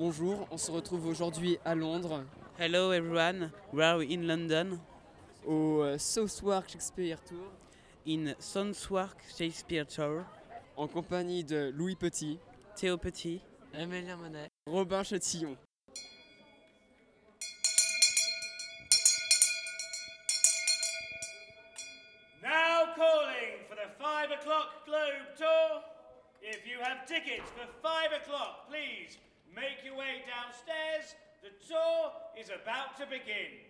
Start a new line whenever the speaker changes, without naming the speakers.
Bonjour, on se retrouve aujourd'hui à Londres
Hello everyone, we are in London
au euh, Southwark Shakespeare Tour
in Sonswark Shakespeare Tower,
en compagnie de Louis Petit,
Théo Petit.
Amélia Monet.
Robin Chatillon.
Now calling for the five o'clock Globe Tour. If you have tickets for five o'clock, please make your way downstairs. The tour is about to begin.